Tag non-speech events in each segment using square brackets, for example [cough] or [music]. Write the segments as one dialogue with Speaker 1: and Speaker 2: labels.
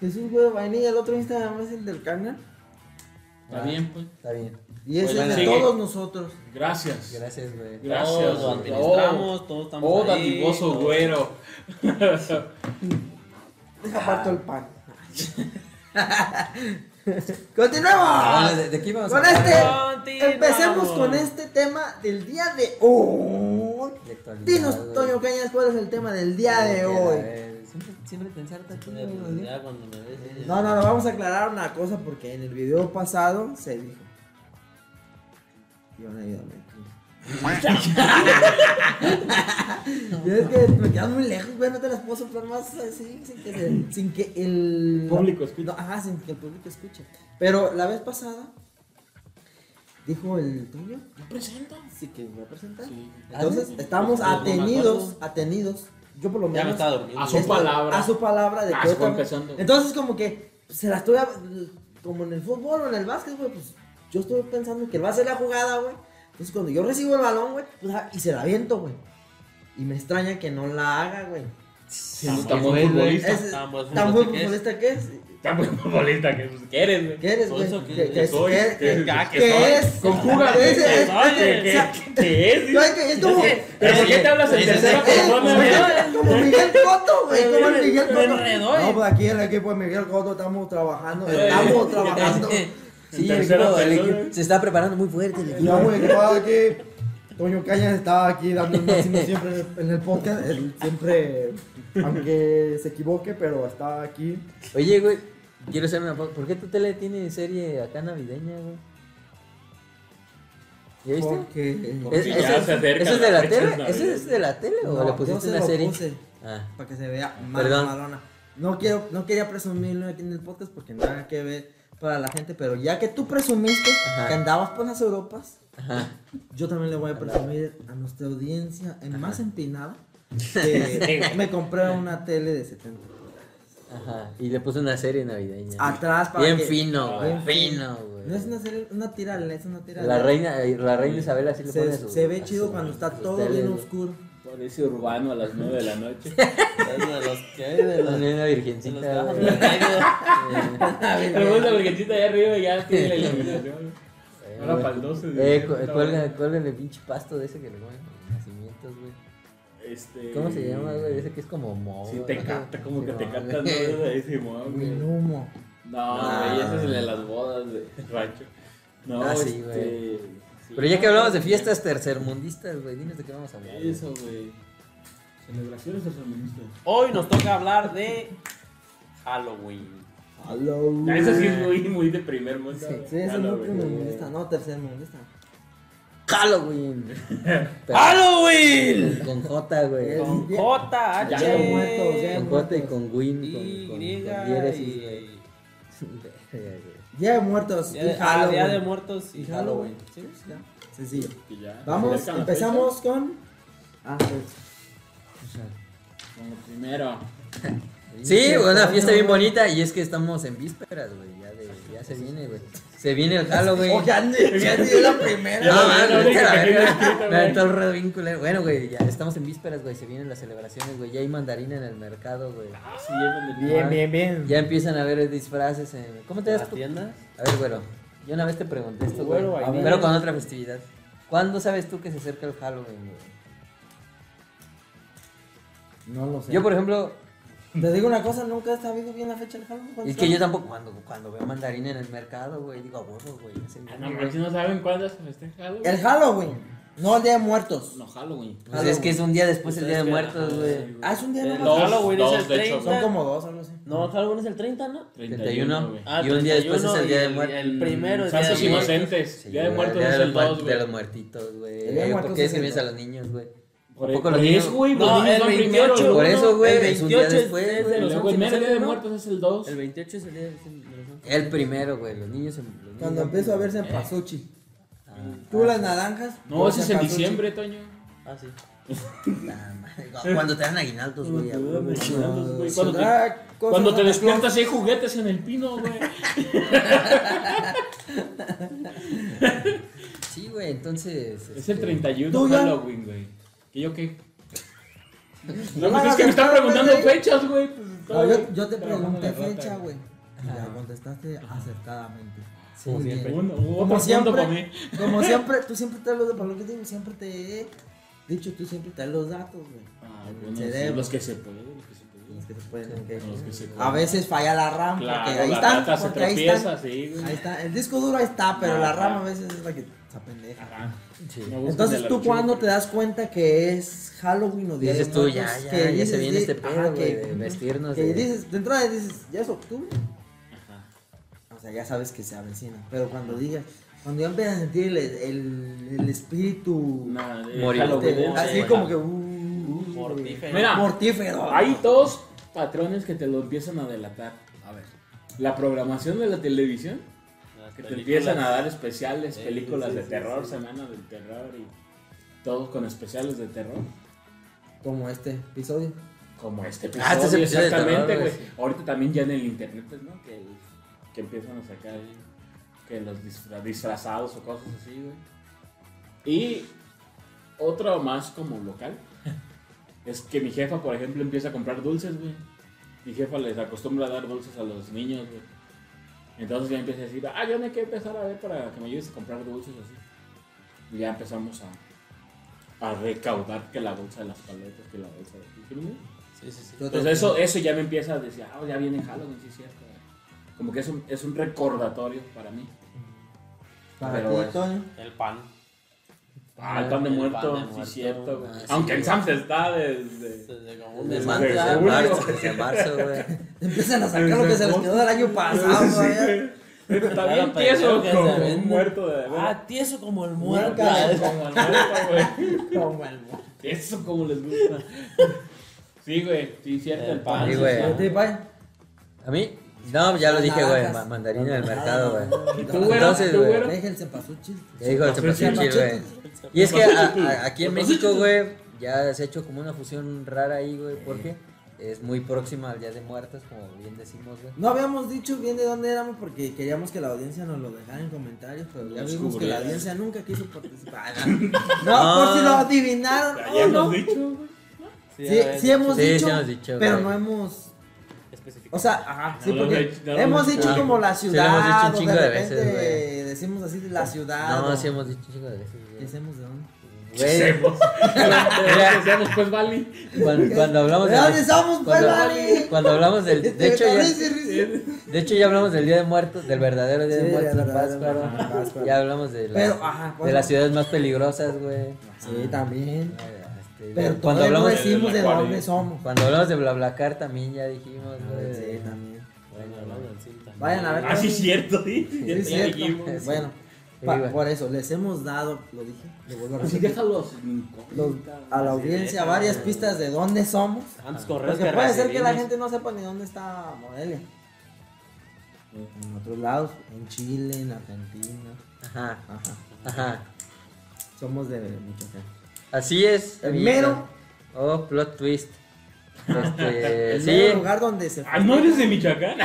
Speaker 1: Jesús Güero Vainilla, el otro Instagram es el del canal.
Speaker 2: Está
Speaker 3: Ah,
Speaker 2: bien, pues.
Speaker 3: Está bien.
Speaker 1: Y ese
Speaker 3: Pues,
Speaker 1: es de
Speaker 2: bueno.
Speaker 1: todos nosotros.
Speaker 2: Gracias.
Speaker 3: Gracias, güey.
Speaker 2: Gracias,
Speaker 4: Todos lo
Speaker 2: güey.
Speaker 4: administramos, todos estamos
Speaker 2: Oh,
Speaker 4: ahí,
Speaker 2: dadivoso
Speaker 4: todos-
Speaker 2: güero.
Speaker 1: Deja aparto el pan. Continuemos.
Speaker 3: Ah, ¿de- de qué íbamos a
Speaker 1: con
Speaker 3: hablar?
Speaker 1: este.
Speaker 4: Continuamos.
Speaker 1: Empecemos con este tema del día de hoy.
Speaker 3: De actualidad,
Speaker 1: Dinos,
Speaker 3: güey.
Speaker 1: Toño Cañas, cuál es el tema del día de
Speaker 3: Era,
Speaker 1: hoy.
Speaker 3: eh, Siempre, siempre pensar tanto.
Speaker 4: Ya, pues, ya cuando me
Speaker 2: eh.
Speaker 4: des-
Speaker 1: No, no, no, vamos a aclarar una cosa porque en el video pasado se dijo. Yo no ayúdame aquí.
Speaker 2: [laughs]
Speaker 1: Y es que me quedas muy lejos, güey, no te las puedo soplar más así, sin que, se- sin que el
Speaker 2: Público escuche.
Speaker 1: No, ajá, sin que el público escuche. Pero la vez pasada, dijo el Toño,
Speaker 2: ¿Lo presento?
Speaker 1: sí que voy a presentar.
Speaker 2: Sí.
Speaker 1: Entonces,
Speaker 2: Ah, sí.
Speaker 1: estamos
Speaker 2: Yo no me
Speaker 1: atenidos,
Speaker 2: acuerdo.
Speaker 1: atenidos. Yo por lo
Speaker 4: Ya me
Speaker 1: menos.
Speaker 4: estaba dormido.
Speaker 2: A su
Speaker 1: esto-
Speaker 2: palabra.
Speaker 1: A su palabra de
Speaker 2: Ah,
Speaker 1: que
Speaker 2: se
Speaker 1: yo
Speaker 2: fue
Speaker 1: también-
Speaker 2: empezando.
Speaker 1: Entonces, como que se la estoy. Como en el fútbol o en el básquet, güey, pues yo estoy pensando que él va a hacer la jugada, güey. Entonces, cuando yo recibo el balón, güey, pues, ah, y se la aviento, güey. Y me extraña que no la haga, güey.
Speaker 2: Estamos
Speaker 4: Tan buen
Speaker 2: futbolistas.
Speaker 1: Es
Speaker 4: tan buen
Speaker 1: tan buen
Speaker 4: futbolista que
Speaker 1: futbolista
Speaker 4: Pues, es.
Speaker 1: que es.
Speaker 2: Está muy futbolista que pues, quieres,
Speaker 3: [laughs]
Speaker 2: güey.
Speaker 1: ¿Qué eres,
Speaker 4: Por
Speaker 1: güey?
Speaker 4: eso que-
Speaker 1: ¿Qué-
Speaker 4: que
Speaker 1: qué-
Speaker 2: soy,
Speaker 1: qué-
Speaker 2: que-
Speaker 1: qué-
Speaker 2: que
Speaker 1: qué
Speaker 2: soy.
Speaker 1: es?
Speaker 2: Conjúgame,
Speaker 1: ¿Qué es? Es-
Speaker 2: que soy,
Speaker 1: es-
Speaker 2: que-
Speaker 1: o sea,
Speaker 2: que- que es,
Speaker 1: no, es que es como-
Speaker 2: ¿Pero por qué te hablas en
Speaker 4: Ese-
Speaker 2: tercera
Speaker 4: ese-
Speaker 2: persona, güey?
Speaker 1: Como- Como Miguel Cotto, güey. Como el Miguel
Speaker 4: Me
Speaker 1: Cotto.
Speaker 4: enredó, eh.
Speaker 1: No, pues aquí en el equipo de Miguel Cotto estamos trabajando. Estamos trabajando.
Speaker 3: [laughs] Sí, el
Speaker 2: Tercera
Speaker 3: equipo, el
Speaker 2: persona.
Speaker 3: equipo se está preparando muy fuerte. El
Speaker 1: Ya,
Speaker 3: equipo.
Speaker 1: güey, que estaba aquí. Toño Cañas estaba aquí dando el máximo siempre en el- en el podcast. Él siempre, aunque se equivoque, pero estaba aquí.
Speaker 3: Oye, güey, quiero hacer una. pa- ¿Por qué tu tele tiene serie acá navideña, güey? ¿Ya viste?
Speaker 1: Porque.
Speaker 3: ¿Es,
Speaker 2: ya
Speaker 3: es-
Speaker 2: se acerca
Speaker 3: ¿Eso es
Speaker 2: la
Speaker 3: de la
Speaker 2: fecha
Speaker 3: tele?
Speaker 2: de Navidad.
Speaker 3: ¿Eso es de la tele o
Speaker 1: No,
Speaker 3: le
Speaker 1: yo
Speaker 3: pusiste
Speaker 1: se
Speaker 3: una
Speaker 1: lo
Speaker 3: serie?
Speaker 1: puse.
Speaker 3: Ah,
Speaker 1: para que se vea más
Speaker 3: Perdón.
Speaker 1: malona. No quiero, no quería presumirlo aquí en el podcast porque nada que ver para la gente, pero ya que tú presumiste
Speaker 3: Ajá.
Speaker 1: que andabas por las Europas,
Speaker 3: ajá.
Speaker 1: yo también le voy a presumir a nuestra audiencia en más
Speaker 3: [laughs]
Speaker 1: empinada que me compré una tele de 70.
Speaker 3: Ajá, y le puse una serie navideña.
Speaker 1: Atrás para
Speaker 3: Bien
Speaker 1: que-
Speaker 3: fino, güey.
Speaker 1: Bien
Speaker 3: Fino, güey.
Speaker 1: No es una serie, una tira, es una tira.
Speaker 3: La reina, eh, la reina Isabel así le pone a
Speaker 1: se,
Speaker 3: su-
Speaker 1: se ve
Speaker 3: a
Speaker 1: chido
Speaker 3: su-
Speaker 1: cuando
Speaker 3: a
Speaker 1: está
Speaker 3: sus
Speaker 1: todo
Speaker 3: teles,
Speaker 1: bien
Speaker 3: güey. [laughs]
Speaker 1: oscuro. [laughs]
Speaker 2: Parece urbano a las 9 de la noche.
Speaker 4: Es de los que
Speaker 3: Eh,
Speaker 4: de los-
Speaker 3: Donde hay una
Speaker 4: de los
Speaker 3: virgencita,
Speaker 4: gajos
Speaker 3: güey.
Speaker 4: que traigo.
Speaker 3: Eh,
Speaker 2: [laughs] Pero bueno, la vergüencita allá arriba ya tiene la iluminación. Ahora para el 12 de
Speaker 3: Eh, cu-
Speaker 2: diciembre,
Speaker 3: cuelga, cuélgale el pinche pasto de ese que le ponen en los nacimientos, güey.
Speaker 2: Este...
Speaker 3: ¿Cómo se llama, güey? Ese que es como moho.
Speaker 2: Sí, te
Speaker 3: ¿no?
Speaker 2: capta, como que te
Speaker 3: Sí,
Speaker 2: capta, ¿no?
Speaker 3: güey.
Speaker 2: Ahí, Simón, güey.
Speaker 1: El humo.
Speaker 2: No,
Speaker 3: Ah.
Speaker 2: güey, ese es el de las bodas de rancho. No, este,
Speaker 3: Ah, sí,
Speaker 2: sí,
Speaker 3: güey.
Speaker 2: güey.
Speaker 3: Pero ya que hablamos de fiestas tercermundistas, güey, dinos de qué vamos a hablar. güey.
Speaker 2: Eso, güey. Celebraciones tercermundistas.
Speaker 4: Hoy nos toca hablar de Halloween.
Speaker 1: Hello.
Speaker 2: Ah, Eso sí es muy, muy de primer mundo.
Speaker 1: Sí,
Speaker 2: güey.
Speaker 1: sí, es
Speaker 2: Ah,
Speaker 1: el
Speaker 2: no,
Speaker 1: último
Speaker 2: güey.
Speaker 1: mundista, no, tercer mundista.
Speaker 2: [laughs]
Speaker 3: Halloween. Pero
Speaker 4: ¡Halloween!
Speaker 3: Con J, güey.
Speaker 1: Con-
Speaker 4: Con J,
Speaker 1: Ya
Speaker 4: H,
Speaker 1: hay muertos, ya hay
Speaker 3: Con
Speaker 1: muertos.
Speaker 3: J y con Win. Con,
Speaker 4: Y,
Speaker 3: con, con diéresis, güey.
Speaker 4: y...
Speaker 3: Verga, güey.
Speaker 1: Día de muertos
Speaker 4: Día
Speaker 1: y
Speaker 4: de, ah,
Speaker 1: Halloween.
Speaker 4: Día de Muertos y
Speaker 1: Y Halloween.
Speaker 4: Halloween. Sí, sí.
Speaker 1: Ya, Sencillo.
Speaker 2: Y ya, se
Speaker 1: Vamos,
Speaker 2: acercan las
Speaker 1: empezamos con. Ah, pues.
Speaker 2: fechas. Como primero.
Speaker 3: Sí, güey, una
Speaker 1: Toño,
Speaker 3: fiesta bien
Speaker 1: pues, güey.
Speaker 3: bonita y es que estamos en vísperas, güey. Ya, de- ya se viene, güey. Se viene el Halloween.
Speaker 1: Oh, ya ni- ya ni la
Speaker 3: No,
Speaker 1: primera.
Speaker 2: Ya.
Speaker 3: mames,
Speaker 2: la única
Speaker 3: vete a la
Speaker 2: que tiene
Speaker 3: verga.
Speaker 2: escrito,
Speaker 3: Me
Speaker 2: güey.
Speaker 3: aventó el ruido bien culero. Bueno, güey, ya estamos en vísperas, güey. Se vienen las celebraciones, güey. Ya hay mandarina en el mercado, güey.
Speaker 2: Ah, sí, llevan el
Speaker 1: Bien, bien, bien.
Speaker 3: Ya empiezan a ver disfraces. En... ¿Cómo te das
Speaker 4: ¿Las
Speaker 3: tu
Speaker 4: tiendas?
Speaker 3: A ver, güero. Yo una vez te pregunté esto, güey.
Speaker 4: Güero, ahí
Speaker 3: A ver,
Speaker 4: viene.
Speaker 3: pero con otra festividad. ¿Cuándo sabes tú que se acerca el Halloween, güey?
Speaker 1: No lo sé.
Speaker 3: Yo, por ejemplo,
Speaker 1: Te digo una cosa, nunca he sabido bien la fecha del Halloween. ¿cuándo
Speaker 3: es que
Speaker 1: fue?
Speaker 3: yo tampoco. Cuando, cuando veo mandarina en el mercado, güey, digo a huevo, güey. ya se
Speaker 2: Ah,
Speaker 3: viene,
Speaker 2: No,
Speaker 3: güey.
Speaker 2: manches, no saben cuándo se festeja Halloween.
Speaker 1: El Halloween, no el Día de Muertos.
Speaker 2: No, Halloween.
Speaker 3: Pues es que es un día después el Día de
Speaker 4: Ustedes
Speaker 3: Muertos,
Speaker 4: vean, ajá,
Speaker 3: güey.
Speaker 1: Ah, es un día
Speaker 4: Eh,
Speaker 1: nada
Speaker 4: no,
Speaker 1: más.
Speaker 4: Halloween
Speaker 2: dos,
Speaker 4: es el
Speaker 2: de hecho.
Speaker 4: 30.
Speaker 1: Son como dos, algo así.
Speaker 4: No, Halloween es el 30, ¿no?
Speaker 3: 31,
Speaker 2: güey. Mm,
Speaker 3: y un día después es
Speaker 4: 31
Speaker 3: el Día de
Speaker 4: y
Speaker 3: Muertos.
Speaker 4: El Ah, primero es Día
Speaker 2: Santos
Speaker 4: de Muertos.
Speaker 2: inocentes.
Speaker 3: Sí,
Speaker 2: Día de
Speaker 3: güey,
Speaker 2: muertos
Speaker 3: Día
Speaker 2: es
Speaker 3: de
Speaker 2: el
Speaker 3: los muer-
Speaker 2: 2,
Speaker 3: De
Speaker 2: güey.
Speaker 3: los muertitos, güey.
Speaker 1: El Día de
Speaker 3: ¿Por
Speaker 1: Muertos
Speaker 3: qué
Speaker 1: es
Speaker 3: se
Speaker 1: el
Speaker 3: vienes a
Speaker 1: dos.
Speaker 3: los niños, güey?
Speaker 2: Por
Speaker 3: ¿A poco
Speaker 2: por
Speaker 3: los niños-
Speaker 2: eso, güey, los
Speaker 4: No,
Speaker 2: niños
Speaker 4: el
Speaker 2: son
Speaker 4: 28,
Speaker 2: primero. luego-
Speaker 3: Por eso, güey,
Speaker 4: el
Speaker 3: es un día
Speaker 4: 28 es-
Speaker 3: después,
Speaker 4: es de
Speaker 3: güey.
Speaker 4: los
Speaker 2: luego el
Speaker 4: once
Speaker 2: mero Día de
Speaker 4: inocentes, ¿no?
Speaker 2: Muertos es el 2.
Speaker 4: El 28 es el Día de Muertos.
Speaker 3: El primero, güey. Los niños. en- los niños
Speaker 1: Cuando
Speaker 3: van
Speaker 1: empiezo a ver
Speaker 3: primero.
Speaker 1: cempasuchi.
Speaker 3: Ah.
Speaker 1: Tú las naranjas.
Speaker 2: No,
Speaker 1: yo
Speaker 2: ese es en
Speaker 1: cempasuchi.
Speaker 2: diciembre, Toño.
Speaker 4: Ah, sí.
Speaker 3: Nah, madre, Cuando te dan aguinaldos, güey. a huevo.
Speaker 2: Aguinaldos, güey. Cuando te-
Speaker 1: Saldrá Pues, cosas
Speaker 2: Cuando te
Speaker 1: Santa Claus.
Speaker 2: despiertas hay juguetes en el pino, güey.
Speaker 3: Sí, güey, entonces.
Speaker 2: Es
Speaker 3: este,
Speaker 2: el 31
Speaker 1: ¿Tú ya?
Speaker 2: Halloween, güey. ¿Y yo qué? No, pues
Speaker 1: Ah,
Speaker 2: es que me están
Speaker 1: ¿sabes?
Speaker 2: preguntando fechas, güey. pues,
Speaker 1: No,
Speaker 2: todavía
Speaker 1: yo, yo te
Speaker 2: trabajando
Speaker 1: pregunté
Speaker 2: la rata,
Speaker 1: fecha, güey. Y
Speaker 3: Ajá.
Speaker 1: la contestaste acertadamente.
Speaker 3: Sí,
Speaker 2: Como
Speaker 1: Muy bien.
Speaker 2: siempre. Uno,
Speaker 1: Como
Speaker 2: otro
Speaker 1: siempre.
Speaker 2: punto para mí.
Speaker 1: Como siempre, tú siempre traes los datos, lo que te digo, siempre te he dicho, tú siempre traes los datos, güey.
Speaker 2: Ah,
Speaker 1: El
Speaker 2: bueno, sí,
Speaker 1: cerebro.
Speaker 2: los que se pueden, los que se pueden.
Speaker 1: Los que se pueden, ok.
Speaker 2: Los que se pueden.
Speaker 1: A veces falla la RAM, porque
Speaker 2: Claro,
Speaker 1: ahí
Speaker 2: la
Speaker 1: está,
Speaker 2: rata se
Speaker 1: porque ahí
Speaker 2: tropieza,
Speaker 1: está.
Speaker 2: sí, güey.
Speaker 1: Ahí está, el disco duro ahí está, pero
Speaker 2: Ajá.
Speaker 1: la RAM a veces es la que se apendeja.
Speaker 2: Ajá.
Speaker 3: Sí.
Speaker 2: No busques el
Speaker 1: Entonces, ¿tú
Speaker 2: archivo,
Speaker 1: cuándo te
Speaker 2: porque-
Speaker 1: das cuenta que es Halloween o Día de
Speaker 3: Dices tú, ya,
Speaker 1: Muertos?
Speaker 3: ya,
Speaker 1: Que
Speaker 3: ya se
Speaker 1: dices,
Speaker 3: viene
Speaker 1: sí,
Speaker 3: este
Speaker 1: ajá,
Speaker 3: pedo, güey,
Speaker 1: que-
Speaker 3: de vestirnos.
Speaker 1: Que
Speaker 3: de-
Speaker 1: dices, de entrada dices, ya es octubre.
Speaker 2: Ajá.
Speaker 1: O sea, ya sabes que se avecina. Pero cuando digas, cuando ya empiezas a sentir el, el, el espíritu.
Speaker 2: Nada, de
Speaker 3: Morir.
Speaker 2: eh, Halloween,
Speaker 1: este,
Speaker 3: no,
Speaker 1: así
Speaker 3: sí,
Speaker 1: como
Speaker 2: ajá.
Speaker 1: que. uh, uh,
Speaker 4: Mortífero.
Speaker 2: Mira.
Speaker 1: Mortífero.
Speaker 2: Hay dos patrones que te lo empiezan a delatar. A ver. La programación de la televisión,
Speaker 4: Las
Speaker 2: que te
Speaker 4: películas.
Speaker 2: empiezan a dar especiales,
Speaker 4: Sí,
Speaker 2: películas
Speaker 4: sí,
Speaker 2: de
Speaker 4: sí,
Speaker 2: terror,
Speaker 4: sí.
Speaker 2: Semana del Terror y todo con especiales de terror.
Speaker 1: Como este episodio.
Speaker 2: Como este episodio.
Speaker 3: Ah, este es episodio de
Speaker 2: exactamente,
Speaker 3: terror,
Speaker 2: güey.
Speaker 3: güey, sí.
Speaker 2: Ahorita también ya en el internet, pues, ¿no? Que, que empiezan a sacar eh, que los disfra- disfrazados o cosas así, güey. Y otro más como local. [laughs] Es que mi jefa, por ejemplo, empieza a comprar dulces, güey. Mi jefa les acostumbra a dar dulces a los niños, güey. Entonces ya empieza a decir, ah, yo me que empezar a ver para que me ayudes a comprar dulces así. Y ya empezamos a, a recaudar que la bolsa de las paletas, que la bolsa de... ¿sí, güey?
Speaker 4: Sí, sí, sí.
Speaker 1: Yo te-
Speaker 2: Entonces Pues eso, eso ya me empieza a decir, ah, ya viene Halloween, sí es cierto. Como que es un, es un recordatorio para mí.
Speaker 1: Mm. Para
Speaker 2: Pero
Speaker 1: ti,
Speaker 2: bueno.
Speaker 1: Toño.
Speaker 4: El pan.
Speaker 2: Ah, el pan de
Speaker 4: El
Speaker 2: muerto,
Speaker 4: pan de
Speaker 2: sí
Speaker 4: muerto.
Speaker 2: es cierto. güey.
Speaker 3: Ah, sí,
Speaker 2: Aunque en
Speaker 3: güey.
Speaker 2: Sam's está desde...
Speaker 4: Desde como un
Speaker 3: De
Speaker 2: Desde
Speaker 3: marzo,
Speaker 4: desmantel.
Speaker 3: desde
Speaker 2: julio.
Speaker 3: marzo, desde marzo, güey.
Speaker 1: [laughs] Empiezan a sacar lo que se les quedó del año pasado.
Speaker 2: [laughs]
Speaker 1: güey.
Speaker 2: Está
Speaker 4: Claro,
Speaker 2: bien
Speaker 4: pero creo
Speaker 2: tieso
Speaker 4: que
Speaker 2: como
Speaker 4: se vende.
Speaker 2: un muerto de... verdad.
Speaker 4: Ah, tieso como el muerto.
Speaker 1: Muerca.
Speaker 2: como el muerto, güey.
Speaker 4: Como el muerto.
Speaker 2: Eso como les gusta. Sí, güey, sí, cierto, el pan.
Speaker 3: Sí,
Speaker 2: sí,
Speaker 3: güey.
Speaker 1: Para
Speaker 2: cierto.
Speaker 1: ti, pa.
Speaker 3: ¿A mí? No, ya lo dije, güey.
Speaker 1: Naranjas.
Speaker 3: ma- Mandarina del mercado, güey.
Speaker 2: ¿Y tú, güey?
Speaker 3: Entonces,
Speaker 2: ¿Tú,
Speaker 3: güey.
Speaker 2: güero?
Speaker 1: Déjense para su
Speaker 3: Ya dijo el
Speaker 2: Pasó el
Speaker 3: Cepasuchil, güey. Y es que a- a- aquí en México, güey, ya se ha hecho como una fusión rara ahí, güey, porque es muy próxima al Día de Muertos, como bien decimos, güey.
Speaker 1: No habíamos dicho bien de dónde éramos porque queríamos que la audiencia nos lo dejara en comentarios, pero ya vimos que la audiencia nunca quiso
Speaker 3: [laughs]
Speaker 1: participar. No,
Speaker 3: No.
Speaker 1: por si lo adivinaron.
Speaker 2: Ya
Speaker 1: oh, no.
Speaker 2: hemos dicho, güey.
Speaker 1: Sí, sí, hemos
Speaker 3: Sí, sí
Speaker 1: dicho,
Speaker 3: hemos dicho,
Speaker 1: pero
Speaker 3: güey.
Speaker 1: no hemos,
Speaker 4: Específico.
Speaker 1: o sea, ajá, sí,
Speaker 2: No lo he
Speaker 1: porque
Speaker 2: hecho, no lo
Speaker 1: hemos
Speaker 2: he
Speaker 1: dicho
Speaker 3: hecho.
Speaker 1: como la
Speaker 3: Sí, lo hemos dicho
Speaker 1: ciudad,
Speaker 3: un
Speaker 1: o
Speaker 3: chingo
Speaker 1: de
Speaker 3: de
Speaker 1: repente
Speaker 3: veces, güey.
Speaker 1: decimos así de la ciudad.
Speaker 3: No,
Speaker 1: o-
Speaker 3: sí hemos dicho un chingo de veces, güey.
Speaker 1: Decimos de dónde.
Speaker 3: Güey,
Speaker 2: Hacemos. Hacemos, pues, Bali.
Speaker 3: cuando, cuando hablamos
Speaker 1: ¿De dónde somos, pues,
Speaker 3: cuando,
Speaker 1: Dani?
Speaker 3: cuando hablamos
Speaker 1: [laughs]
Speaker 3: del de hecho ya,
Speaker 1: Risi, risi.
Speaker 3: de hecho ya hablamos del Día de Muertos, del verdadero Día
Speaker 1: Sí,
Speaker 3: de Muertos
Speaker 1: la
Speaker 3: en
Speaker 1: verdad,
Speaker 3: Pátzcuaro.
Speaker 1: en Pátzcuaro.
Speaker 3: Ya hablamos de las,
Speaker 1: Pero, ajá,
Speaker 3: de
Speaker 1: pues-
Speaker 3: las ciudades más peligrosas, güey.
Speaker 1: Sí, también.
Speaker 3: Este,
Speaker 1: Pero
Speaker 3: cuando
Speaker 1: todavía no
Speaker 3: hablamos
Speaker 1: decimos de
Speaker 2: de la
Speaker 1: dónde
Speaker 2: cual-
Speaker 1: somos.
Speaker 3: Cuando hablamos de BlaBlaCar también ya dijimos, güey.
Speaker 1: Ah, Sí, también.
Speaker 4: Bueno, hablando del cine también.
Speaker 1: Vayan a ver.
Speaker 2: Ah, sí, cierto, sí. sí,
Speaker 1: Sí,
Speaker 2: ya
Speaker 1: es cierto. Eh,
Speaker 2: dijimos.
Speaker 1: Bueno,
Speaker 3: Sí,
Speaker 1: pa-
Speaker 3: güey.
Speaker 1: por eso les hemos dado, lo dije, lo vuelvo a
Speaker 2: Así
Speaker 1: repetir,
Speaker 2: déjalos.
Speaker 1: los- a la audiencia varias pistas de dónde somos.
Speaker 4: Tantos correos
Speaker 1: Porque
Speaker 4: que
Speaker 1: puede ser Pues que la
Speaker 4: recibimos.
Speaker 1: gente no sepa ni dónde está Morelia. En otros lados, en Chile, en Argentina.
Speaker 3: Ajá,
Speaker 1: Ajá.
Speaker 3: ajá.
Speaker 1: Somos de Michoacán.
Speaker 3: Así es.
Speaker 1: El
Speaker 3: amiguitos.
Speaker 1: mero.
Speaker 3: Oh, plot twist. Este,
Speaker 1: [laughs] El
Speaker 3: sí.
Speaker 1: mero lugar donde se
Speaker 2: Ah, no eres de Michoacán.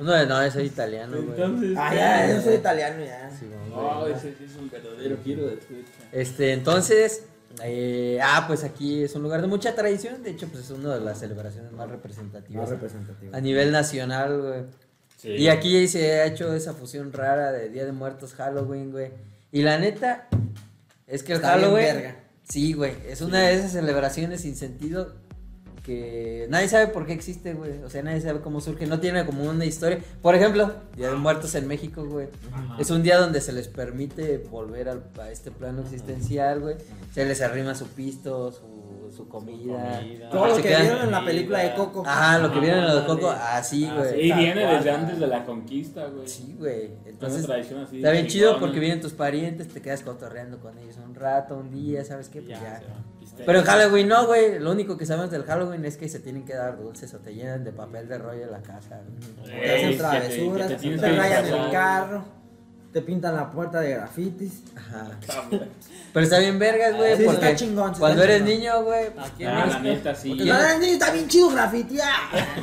Speaker 3: No, no, soy italiano, güey.
Speaker 2: Entonces.
Speaker 1: Ah, ya, yo soy italiano ya.
Speaker 3: Sí, güey.
Speaker 2: [laughs] No, ese sí es un verdadero giro de Twitter.
Speaker 3: Este, entonces, eh, ah, pues aquí es un lugar de mucha tradición. De hecho, pues es una de las celebraciones más
Speaker 1: Más
Speaker 3: representativas
Speaker 1: representativo.
Speaker 3: a nivel nacional, güey. Y aquí se ha hecho esa fusión rara de Día de Muertos, Halloween, güey. Y la neta es que el
Speaker 1: Está bien
Speaker 3: Halloween,
Speaker 1: verga.
Speaker 3: sí, güey, es una de esas celebraciones sin sentido que nadie sabe por qué existe, güey. O sea, nadie sabe cómo surge, no tiene como una historia. Por ejemplo, Día de Muertos en México, güey.
Speaker 2: Ajá.
Speaker 3: Es un día donde se les permite volver al, a este plano existencial, güey. Se les arrima su pisto, su, su comida.
Speaker 4: comida.
Speaker 1: Todo
Speaker 3: Ajá,
Speaker 1: lo
Speaker 3: se
Speaker 1: que
Speaker 3: quedan-
Speaker 1: vieron en la película de Coco.
Speaker 3: Ajá, lo que vieron en los
Speaker 4: Ah,
Speaker 3: cocos,
Speaker 4: dale.
Speaker 3: así,
Speaker 4: Ah,
Speaker 3: güey.
Speaker 2: Y viene
Speaker 4: Tal
Speaker 2: desde
Speaker 4: cual.
Speaker 2: antes de la conquista, güey.
Speaker 3: Sí, güey.
Speaker 2: Entonces,
Speaker 3: Entonces,
Speaker 2: tradición así.
Speaker 3: Está bien chido
Speaker 2: chingona.
Speaker 3: porque vienen tus parientes, te quedas cotorreando con ellos un rato, un día, ¿sabes qué? Pues ya.
Speaker 4: Ya, se va. Viste.
Speaker 3: Pero en Halloween no, güey. Lo único que sabemos del Halloween es que se tienen que dar dulces o te llenan de papel de rollo en la casa. güey.
Speaker 1: Te
Speaker 2: Ey,
Speaker 1: hacen
Speaker 2: que te-
Speaker 1: travesuras,
Speaker 2: que
Speaker 1: te,
Speaker 2: te tienes
Speaker 4: que
Speaker 1: rayan
Speaker 4: disfrazar.
Speaker 1: el carro, te pintan la puerta de grafitis.
Speaker 3: Ajá.
Speaker 2: Ah, güey.
Speaker 3: Pero está bien vergas, güey.
Speaker 1: Sí,
Speaker 3: porque
Speaker 1: está chingón, sí
Speaker 3: cuando
Speaker 1: está
Speaker 3: eres
Speaker 1: chingón.
Speaker 3: niño, güey. pues,
Speaker 4: Ah,
Speaker 3: ¿quién
Speaker 2: Ah,
Speaker 3: no?
Speaker 2: la neta, sí.
Speaker 1: Porque la niña Pues, "Ah, está bien chido grafitear.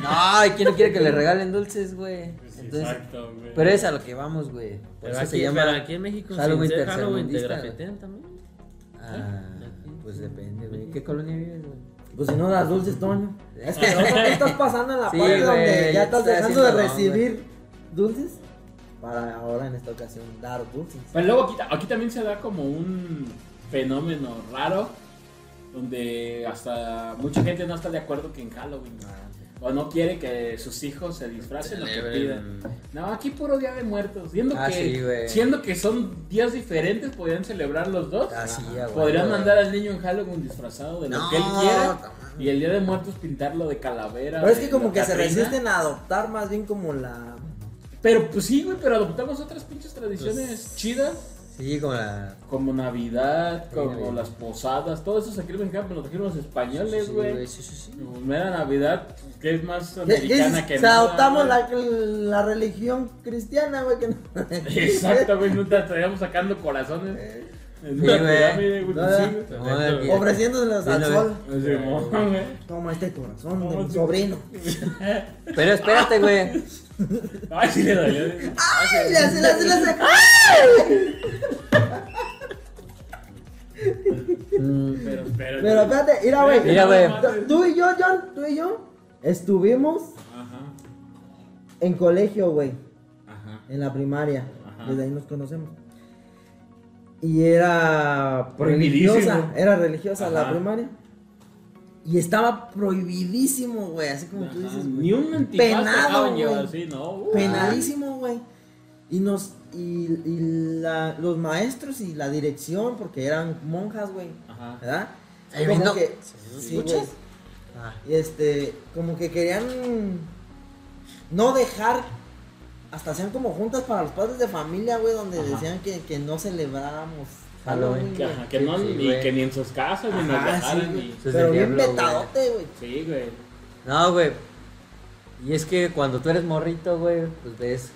Speaker 3: No, ¿y quién no quiere que le regalen dulces, güey?
Speaker 2: Sí,
Speaker 3: Entonces,
Speaker 2: Exacto, güey.
Speaker 3: pero es a lo que vamos, güey. Por
Speaker 5: Pero
Speaker 3: eso
Speaker 5: aquí,
Speaker 3: se llama.
Speaker 5: pero aquí en México sin
Speaker 3: Halloween
Speaker 5: ser Halloween te
Speaker 3: tercermundista,
Speaker 5: grafitean también.
Speaker 3: Ah, pues depende, güey. ¿Qué colonia vives, güey?
Speaker 1: Pues si no las dulces, Toño. Es que ¿no? ¿Qué estás pasando en la
Speaker 3: Sí,
Speaker 1: parte
Speaker 3: güey,
Speaker 1: donde
Speaker 3: ya
Speaker 1: ya estás
Speaker 3: estoy
Speaker 1: dejando de
Speaker 3: haciendo no,
Speaker 1: recibir dulces. Para ahora en esta ocasión dar dulces.
Speaker 2: Pero luego aquí, ta- aquí también se da como un fenómeno raro donde hasta mucha gente no está de acuerdo que en Halloween o no quiere que sus hijos se disfracen o que pidan. No, aquí puro Día de Muertos, siendo
Speaker 3: Ah,
Speaker 2: que
Speaker 3: sí, güey.
Speaker 2: siendo que son días diferentes podrían celebrar los dos.
Speaker 3: Así,
Speaker 1: Ajá.
Speaker 3: Ah, ya, güey.
Speaker 2: Podrían mandar al niño en Halloween disfrazado de lo
Speaker 3: No,
Speaker 2: que él quiera
Speaker 3: ta madre.
Speaker 2: y el Día de Muertos pintarlo de calavera.
Speaker 1: Pero es
Speaker 2: de
Speaker 1: que como que se
Speaker 2: Catrina.
Speaker 1: resisten a adoptar más bien como la...
Speaker 2: Pero pues sí, güey, pero adoptamos otras pinches tradiciones
Speaker 3: Pues,
Speaker 2: chidas.
Speaker 3: Sí, como la.
Speaker 2: Como Navidad,
Speaker 3: Sí,
Speaker 2: como
Speaker 3: Navidad.
Speaker 2: las posadas, todo eso se escribe en campo, lo trajeron los españoles,
Speaker 3: Sí,
Speaker 2: güey.
Speaker 3: Sí, sí, sí.
Speaker 2: Como Mera Navidad, que es más
Speaker 1: ¿Qué- qué dices?
Speaker 2: americana que
Speaker 1: o sea,
Speaker 2: nada,
Speaker 1: adoptamos
Speaker 2: güey.
Speaker 1: la, la religión cristiana, güey, que no...
Speaker 2: Exacto, güey, no te estaríamos sacando corazones.
Speaker 1: Eh,
Speaker 2: En
Speaker 3: Sí,
Speaker 2: una
Speaker 3: güey.
Speaker 2: pirámide, güey,
Speaker 1: Nada.
Speaker 2: sí, güey.
Speaker 3: No, de
Speaker 2: Exacto,
Speaker 3: pie.
Speaker 1: [laughs] Ofreciéndoselos al
Speaker 3: Sí, lo
Speaker 1: sol.
Speaker 2: güey. Sí, mo, güey.
Speaker 1: Toma este corazón de
Speaker 2: Toma
Speaker 1: mi
Speaker 2: tu-
Speaker 1: sobrino.
Speaker 3: Pero espérate, güey.
Speaker 2: Ay, sí le ¿eh? dolió.
Speaker 1: ¡Ay! Le hace, le hace, le hace.
Speaker 3: Mm,
Speaker 2: Pero, pero.
Speaker 1: Pero espérate, mira, güey.
Speaker 3: Mira,
Speaker 2: güey.
Speaker 1: Tú y yo, John, tú y yo estuvimos
Speaker 2: Ajá,
Speaker 1: en colegio, güey,
Speaker 2: ajá.
Speaker 1: en la primaria.
Speaker 2: Ajá.
Speaker 1: Desde ahí nos conocemos. Y era
Speaker 2: Prohibidísimo.
Speaker 1: religiosa, era religiosa la
Speaker 2: Ajá.
Speaker 1: primaria. Y estaba prohibidísimo, güey, así como tú
Speaker 2: Ajá,
Speaker 1: dices, güey.
Speaker 2: Ni un anticuario
Speaker 1: Penado,
Speaker 2: dejaban
Speaker 1: güey.
Speaker 2: llevar así, ¿no? Uh,
Speaker 1: penalísimo, güey. Y nos y, y la- los maestros y la dirección, porque eran monjas, güey,
Speaker 2: Ajá.
Speaker 1: ¿verdad?
Speaker 3: Ahí
Speaker 1: Como
Speaker 3: vino.
Speaker 1: que- sí, güey.
Speaker 3: ¿Escuchas? Ah.
Speaker 1: Y este, como que querían no dejar, hasta hacían como juntas para los padres de familia, güey, donde
Speaker 2: Ajá.
Speaker 1: decían que, que no celebráramos
Speaker 3: Halloween.
Speaker 2: Que,
Speaker 1: güey.
Speaker 2: ajá, que no,
Speaker 3: Sí,
Speaker 2: ni
Speaker 3: güey.
Speaker 2: que ni en sus casas, ni nos
Speaker 1: Ajá, sí,
Speaker 2: dejaran.
Speaker 1: güey.
Speaker 2: ni-
Speaker 3: Eso es
Speaker 1: Pero
Speaker 3: del
Speaker 1: bien
Speaker 3: diablo, güey.
Speaker 1: vetadote, güey.
Speaker 2: Sí, güey.
Speaker 3: No, güey. Y es que cuando tú eres morrito, güey, pues ves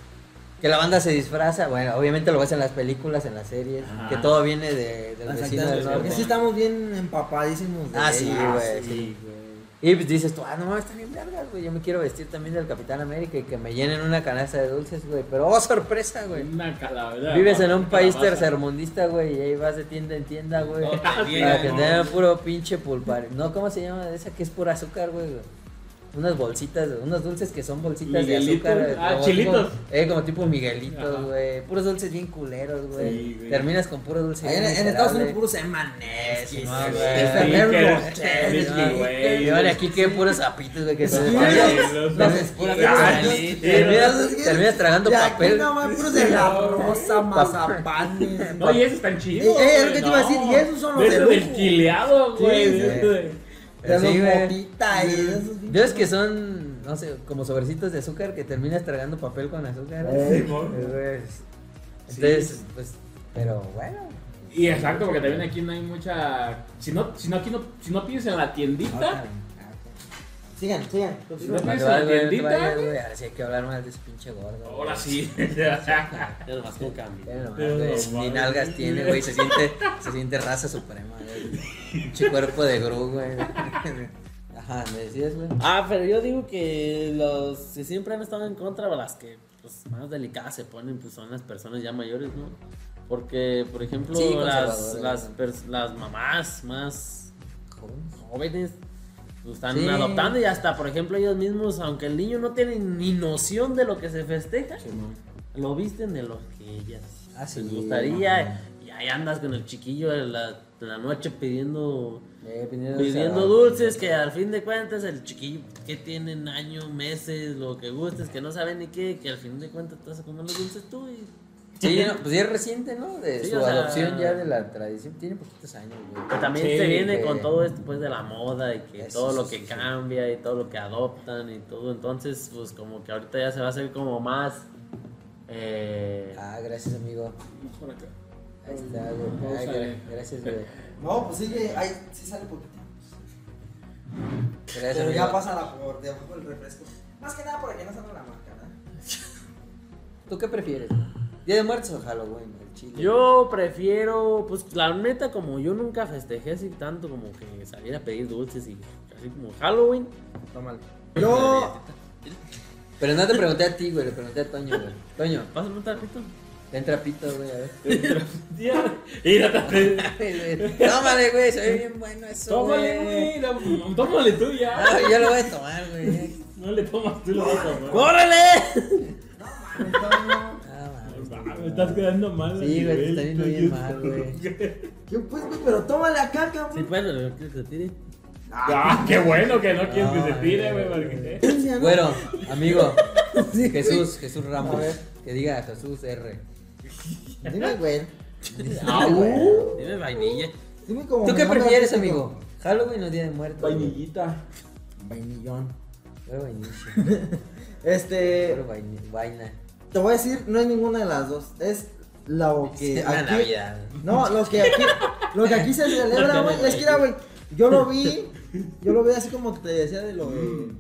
Speaker 3: que la banda se disfraza. Bueno, obviamente lo ves en las películas, en las series,
Speaker 2: Ajá.
Speaker 3: que todo viene de, del vecino
Speaker 1: Exactamente,
Speaker 3: del
Speaker 1: porque
Speaker 3: norte.
Speaker 1: sí estamos bien empapadísimos de
Speaker 3: Ah,
Speaker 1: ella.
Speaker 3: sí,
Speaker 2: Ah,
Speaker 3: güey,
Speaker 2: Sí, güey.
Speaker 3: Y pues dices tú, ah, no mames, está bien vergas, güey. Yo me quiero vestir también del Capitán América y que me llenen una canasta de dulces, güey. Pero, oh, sorpresa, güey.
Speaker 2: Una calavera.
Speaker 3: Vives en un
Speaker 2: Una
Speaker 3: país
Speaker 2: calabaza.
Speaker 3: tercermundista, güey, y ahí vas de tienda en tienda, güey.
Speaker 2: [laughs]
Speaker 4: No te
Speaker 3: para
Speaker 4: digan,
Speaker 3: que
Speaker 4: no.
Speaker 3: te den puro pinche pulpar. No, ¿cómo se llama esa que es pura azúcar, güey? Unas bolsitas, güey, unos dulces que son bolsitas
Speaker 2: Miguelito.
Speaker 3: de azúcar.
Speaker 2: Ah,
Speaker 3: como
Speaker 2: chilitos.
Speaker 3: tipo- eh, como tipo
Speaker 2: Ajá.
Speaker 3: Miguelitos, güey. Puros dulces bien culeros, güey.
Speaker 2: Sí, güey.
Speaker 3: Terminas con puro dulce.
Speaker 1: Ahí En,
Speaker 3: bien
Speaker 1: en Estados Unidos
Speaker 3: miserable.
Speaker 1: puros emanes,
Speaker 3: Sí,
Speaker 1: sí,
Speaker 3: no,
Speaker 1: sí,
Speaker 3: güey.
Speaker 1: Ferrero
Speaker 2: Snickers,
Speaker 1: Rocher,
Speaker 2: Snickers, güey.
Speaker 3: Y ahora aquí que puros zapitos, güey, que se
Speaker 1: Sí,
Speaker 3: desmayan.
Speaker 2: los-
Speaker 3: Entonces,
Speaker 1: puros
Speaker 3: puras-
Speaker 1: tamalitos.
Speaker 3: Terminas terminas tragando
Speaker 1: Y aquí
Speaker 3: papel.
Speaker 1: nada más puros de la rosa, mazapanes.
Speaker 2: No, y esos están chidos.
Speaker 1: Eh, eh, es lo
Speaker 2: güey,
Speaker 1: que te iba a
Speaker 2: no.
Speaker 1: decir, y esos son los
Speaker 2: De
Speaker 1: de
Speaker 2: esos del
Speaker 1: lujo.
Speaker 2: chileado,
Speaker 1: Sí,
Speaker 2: güey.
Speaker 1: sí,
Speaker 2: de esos de-
Speaker 1: De
Speaker 3: Sí,
Speaker 1: los
Speaker 3: güey.
Speaker 1: motita y de esos
Speaker 3: Yo es que son, no sé, como sobrecitos de azúcar que terminas tragando papel con azúcar.
Speaker 1: Eh,
Speaker 3: Pues,
Speaker 2: Sí.
Speaker 3: Entonces, pues, pero bueno.
Speaker 2: [laughs] Y exacto, porque también aquí no hay mucha. Si no, si no, aquí no, si no pides en la tiendita.
Speaker 1: Ah, Sigan, sigan. continúen.
Speaker 2: Sí,
Speaker 3: Vale,
Speaker 2: ¿Ves
Speaker 3: vale,
Speaker 2: la
Speaker 3: vale,
Speaker 2: tiendita,
Speaker 3: vale,
Speaker 2: güey?
Speaker 3: güey, Ahora sí hay que hablar mal de ese pinche gordo.
Speaker 2: Ahora
Speaker 3: güey.
Speaker 2: sí. [laughs]
Speaker 4: Ya nomás con cambio.
Speaker 3: Pero nomás,
Speaker 2: Pero
Speaker 3: güey,
Speaker 2: nomás.
Speaker 3: Ni nalgas tiene, güey. Se siente, se siente raza suprema, güey. Pinche cuerpo de gru, güey. Ajá, me decías, güey.
Speaker 4: Ah, pero yo digo que los que siempre han estado en contra, las que pues, más delicadas se ponen, pues son las personas ya mayores, ¿no? Porque, por ejemplo,
Speaker 3: Sí,
Speaker 4: las,
Speaker 3: conservadoras,
Speaker 4: las,
Speaker 3: ¿no?
Speaker 4: pers- las mamás más jóvenes pues, están
Speaker 3: Sí.
Speaker 4: adoptando y hasta, por ejemplo, ellos mismos, aunque el niño no tiene ni noción de lo que se festeja, lo visten de lo que ellas
Speaker 3: Ah, sí.
Speaker 4: les gustaría. Y ahí andas con el chiquillo en la, en la noche pidiendo
Speaker 3: Eh, pidiendo
Speaker 4: pidiendo
Speaker 3: dulce.
Speaker 4: dulces que al fin de cuentas el chiquillo que tienen año, meses, lo que gustes, que no saben ni qué, que al fin de cuentas estás comiendo los dulces tú y
Speaker 3: Sí, no, pues ya es reciente, ¿no? De
Speaker 4: Sí,
Speaker 3: su
Speaker 4: o sea-
Speaker 3: adopción ya de la tradición. Tiene poquitos años, güey.
Speaker 4: que también
Speaker 2: Sí,
Speaker 4: se viene
Speaker 3: güey.
Speaker 4: con todo esto pues de la moda y que
Speaker 3: Eso,
Speaker 4: todo lo
Speaker 3: sí,
Speaker 4: que
Speaker 3: sí, sí.
Speaker 4: cambia y todo lo que adoptan y todo, entonces pues como que ahorita ya se va a hacer como más eh,
Speaker 3: Ah, gracias, amigo. Ahí está, güey. Ay, gra- gracias, güey.
Speaker 1: No, pues sigue, ahí sí sale poquito.
Speaker 3: Gracias,
Speaker 1: Pero ya
Speaker 3: amigo.
Speaker 1: pásala por debajo del refresco. Más que nada porque no salga la marca, ¿verdad?
Speaker 3: ¿Tú qué prefieres? ¿Día de muertos o Halloween? El chile.
Speaker 4: Yo prefiero, pues la neta, como yo nunca festejé así tanto como que salir a pedir dulces y así como Halloween.
Speaker 1: Tómale. Yo,
Speaker 3: [laughs] Pero no te pregunté a ti, güey. Le pregunté a Toño, güey. Toño,
Speaker 4: Pásame un tarrito.
Speaker 3: Ven trapito, güey, a ver.
Speaker 2: Mírate.
Speaker 3: Tómale, güey, se ve bien bueno eso.
Speaker 2: Tómale, güey. la- Tómale tú ya.
Speaker 3: No, yo lo voy a tomar, güey.
Speaker 2: No le tomas tú la otra,
Speaker 3: ¡Córrele! Ah, mames.
Speaker 2: Me estás quedando mal.
Speaker 3: Sí, güey, te está viendo bien mal, güey.
Speaker 2: güey.
Speaker 1: ¿Qué pues, güey? Pero tómale acá, cabrón.
Speaker 4: Sí, pues, pero que se tire.
Speaker 2: [laughs] Ah, qué bueno que no quieres que se
Speaker 3: No,
Speaker 2: tire,
Speaker 3: no,
Speaker 2: güey,
Speaker 3: no,
Speaker 2: porque.
Speaker 1: Ya no-
Speaker 3: Bueno, amigo, Jesús, Jesús Ramos. Que diga Jesús R.
Speaker 1: Dime, güey.
Speaker 2: Ah,
Speaker 3: [laughs]
Speaker 1: güey.
Speaker 4: Dime vainilla.
Speaker 1: Dime como
Speaker 3: ¿Tú qué
Speaker 1: mamá
Speaker 3: prefieres,
Speaker 1: gráfico.
Speaker 3: amigo? ¿Halloween o Día de Muertos? güey?
Speaker 2: Vainillita.
Speaker 1: Vainillón.
Speaker 3: Pero vainilla.
Speaker 1: Este,
Speaker 3: Pero vaini- vaina.
Speaker 1: te voy a decir, no es ninguna de las dos. Es lo que
Speaker 3: Es la
Speaker 1: aquí-
Speaker 3: Navidad.
Speaker 1: No, lo que aquí, lo que aquí se celebra, güey, es que era, güey, yo lo vi, yo lo vi así como te decía de lo de-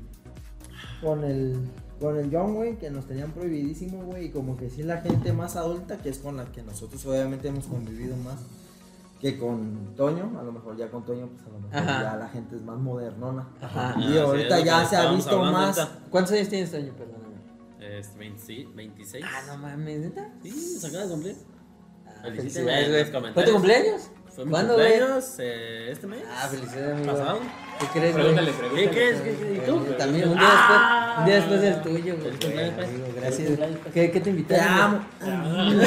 Speaker 1: con el con el John, güey, que nos tenían prohibidísimo, güey, y como que sí la gente más adulta, que es con la que nosotros obviamente hemos convivido más que con Toño, a lo mejor ya con Toño, pues a lo mejor
Speaker 3: Ajá.
Speaker 1: ya la gente es más modernona.
Speaker 3: Ajá.
Speaker 1: Y ahorita
Speaker 4: es lo
Speaker 1: ya
Speaker 4: que
Speaker 1: se ha
Speaker 4: estábamos
Speaker 1: visto
Speaker 4: hablando
Speaker 1: más.
Speaker 4: ahorita.
Speaker 3: ¿Cuántos años tienes, Toño? Perdóname.
Speaker 4: Es 26. 26.
Speaker 3: Ah, no mames, ¿neta?
Speaker 4: Sí, se acaba de cumplir.
Speaker 3: Ah,
Speaker 4: Felicidades,
Speaker 3: Felicidades,
Speaker 4: los
Speaker 3: güey.
Speaker 4: comentarios.
Speaker 3: ¿Fue tu cumpleaños?
Speaker 4: Fue mi
Speaker 3: ¿Cuándo, güey?
Speaker 4: cumpleaños eh, este mes.
Speaker 3: Ah, felicidades, amigo.
Speaker 4: Pasado.
Speaker 3: ¿Qué crees, güey?
Speaker 2: Pregúntale, pregúntale.
Speaker 4: ¿Qué crees? ¿Qué crees? ¿Y tú?
Speaker 3: Eh, También, un día después, un día después del tuyo, güey.
Speaker 4: cumpleaños, pues.
Speaker 3: Amigo,
Speaker 2: Feliz
Speaker 3: gracias.
Speaker 2: cumpleaños, pues.
Speaker 3: ¿Qué, qué te
Speaker 1: Te
Speaker 3: invitaron? güey?
Speaker 1: amo.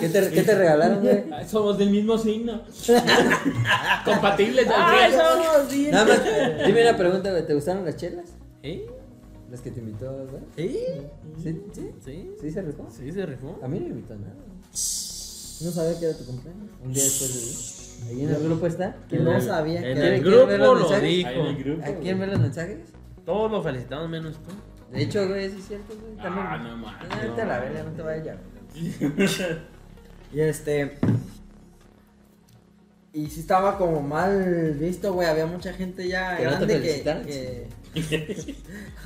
Speaker 3: ¿Qué te, qué te regalaron, güey?
Speaker 2: Ay, Somos del mismo signo. Compatibles
Speaker 4: ¡Ay,
Speaker 2: al cielo.
Speaker 4: somos bien!
Speaker 3: Nada más, dime una pregunta, güey. ¿Te gustaron las chelas?
Speaker 4: ¿Sí?
Speaker 3: Las que te invitó, güey.
Speaker 4: ¿Sí?
Speaker 3: ¿Sí? ¿Sí?
Speaker 4: ¿Sí?
Speaker 3: ¿Sí se rifó?
Speaker 4: ¿Sí se rifó?
Speaker 3: A mí no me invitó nada.
Speaker 1: No sabía que era tu cumpleaños.
Speaker 3: Un día después de Ahí en el grupo está.
Speaker 1: Que no sabía que
Speaker 4: En
Speaker 1: era
Speaker 4: el
Speaker 3: ¿Quieren-
Speaker 4: grupo
Speaker 3: quieren ver los
Speaker 4: lo
Speaker 3: mensajes?
Speaker 4: dijo.
Speaker 2: Ahí en el grupo.
Speaker 3: ¿A quién ve los mensajes?
Speaker 4: Todos lo felicitamos menos tú.
Speaker 3: De hecho, güey, sí es cierto, güey. También.
Speaker 2: Ah, no mames.
Speaker 3: Ah, vete a la verga, no te vayas ya.
Speaker 1: Y este. Y sí estaba como mal visto, güey. Había mucha gente ya
Speaker 3: Que no te
Speaker 1: grande que.
Speaker 3: felicitaran. [laughs]
Speaker 1: que-